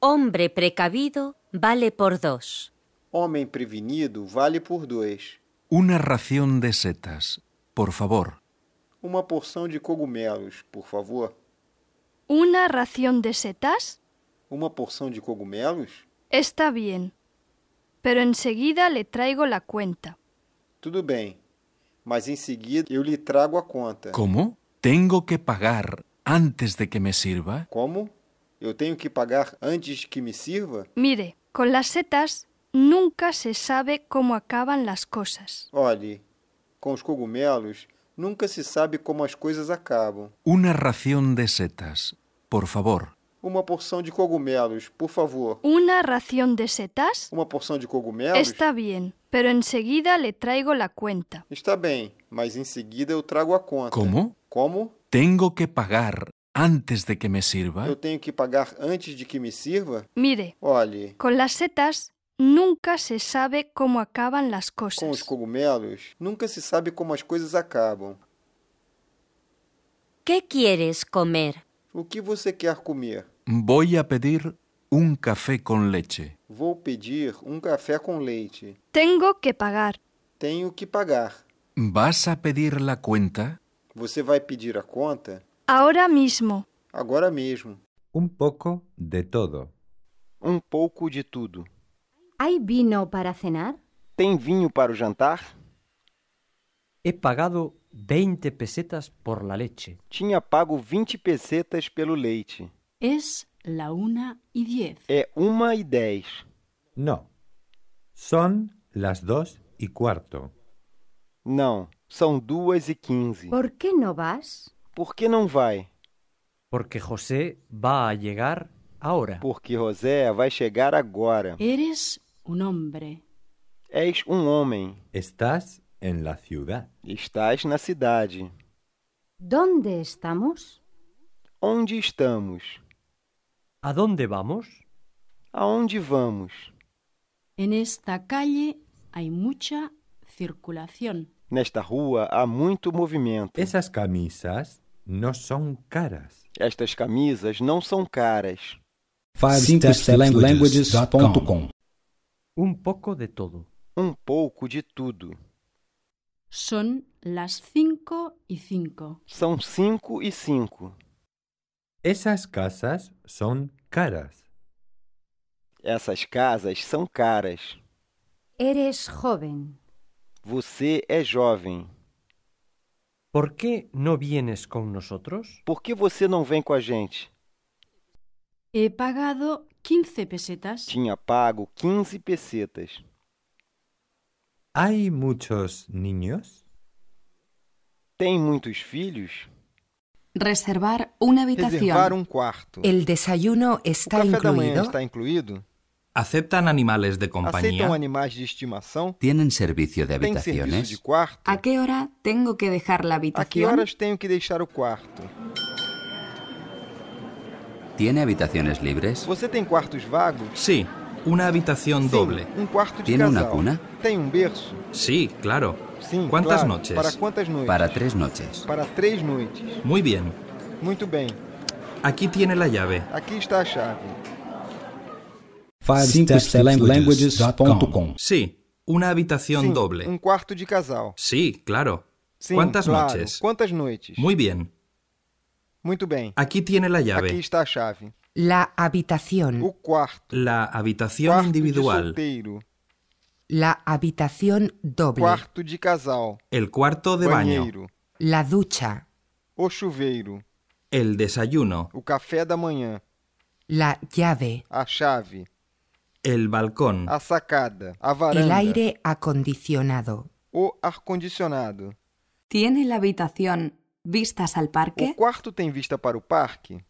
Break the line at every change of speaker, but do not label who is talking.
Hombre precavido vale por dos.
Homem prevenido vale por dois.
Una ración de setas, por favor.
Uma porção de cogumelos, por favor.
¿Una ración de setas?
Uma porção de cogumelos?
Está bien. Pero enseguida le traigo la cuenta.
Tudo bem. Mas em seguida eu lhe trago a conta.
¿Cómo? ¿Tengo que pagar antes de que me sirva?
Como? Eu tenho que pagar antes que me sirva?
Mire, con las setas nunca se sabe cómo acaban las cosas.
Olhe, com os cogumelos nunca se sabe como as coisas acabam.
Una ración de setas, por favor.
Uma porção de cogumelos, por favor.
¿Una ración de setas?
Uma porção de cogumelos?
Está bien. Pero enseguida le traigo la cuenta.
Está bem, mas em seguida eu trago a conta.
¿Cómo?
Como?
¿Tengo que pagar antes de que me sirva?
Eu tenho que pagar antes de que me sirva?
Mire,
Olhe,
con las setas nunca se sabe cómo acaban las
com os
cosas.
cogumelos nunca se sabe como as coisas acabam.
¿Qué quieres comer?
O que você quer comer?
Voy a pedir un café con leche.
Vou pedir um café com leite.
Tengo que pagar.
Tenho que pagar.
¿Vas a pedir la cuenta?
Você vai pedir a conta?
Ahora mismo.
Agora mesmo.
Un poco de todo.
Um pouco de tudo.
¿Hay vino para cenar?
Tem vinho para o jantar?
He pagado 20 pesetas por la leche.
Tinha pago 20 pesetas pelo leite.
Es la una y diez.
É uma e dez.
No. Son las dos y cuarto.
Não, são duas e quinze.
¿Por qué no vas?
Por que não vai?
Porque José va a llegar ahora.
Porque José vai chegar agora.
Eres un hombre.
És um homem.
Estás en la ciudad.
Estás na cidade.
¿Dónde estamos?
Onde estamos?
¿A dónde vamos?
Aonde vamos?
En esta calle hay mucha circulación.
Nesta rua há muito movimento.
Esas camisas no son caras.
Estas camisas não são caras.
5stepslanguages.com
Un poco de todo.
Um pouco de tudo.
Son las cinco y cinco.
São cinco e cinco.
Esas casas son caras.
Essas casas são caras.
Eres joven.
Você é jovem.
¿Por qué no vienes con nosotros?
Por que você não vem com a gente?
He pagado 15 pesetas.
Tinha pago 15 pesetas.
¿Hay muchos niños?
Tem muitos filhos?
Reservar una
Reservar
habitación.
um quarto.
¿El desayuno
O
está
café da manhã
incluido?
está incluído?
¿Aceptan animales de
Aceitam
compañía?
animais de estimación?
¿Tienen servicio de
Tem serviço de
habitaciones?
quarto?
¿A qué hora tengo que dejar la
A que
habitación?
horas tenho que deixar o quarto?
¿Tiene habitaciones libres?
Você tem quartos vagos?
Sí, una habitación
Sim,
doble.
um quarto de
Tiene uma
casal.
cuna?
Tem um berço?
Sí, claro.
Sim,
¿Cuántas
claro.
noches?
Para quantas noites?
Para tres noches.
Para três noites.
Muy bien.
Muito bem.
Aquí tiene la llave.
Aqui está a chave.
5stepslanguages.com Sí, una habitación
Sim,
doble.
um quarto de casal.
Sí, claro.
Sim,
¿Cuántas
claro.
noches?
Quantas noites?
Muy bien.
Muito bem.
Aquí tiene la
Aqui
llave.
está a chave.
La habitación.
O quarto.
La habitación
Quarto de
individual.
solteiro.
La habitación doble.
Quarto de casal.
El cuarto de baño.
banheiro.
La ducha.
O chuveiro.
El desayuno.
O café da manhã.
La llave.
A chave.
El balcón.
A sacada. A varanda.
El aire acondicionado.
O ar-condicionado.
¿Tiene la habitación vistas al
O
parque?
quarto tem vista para o parque?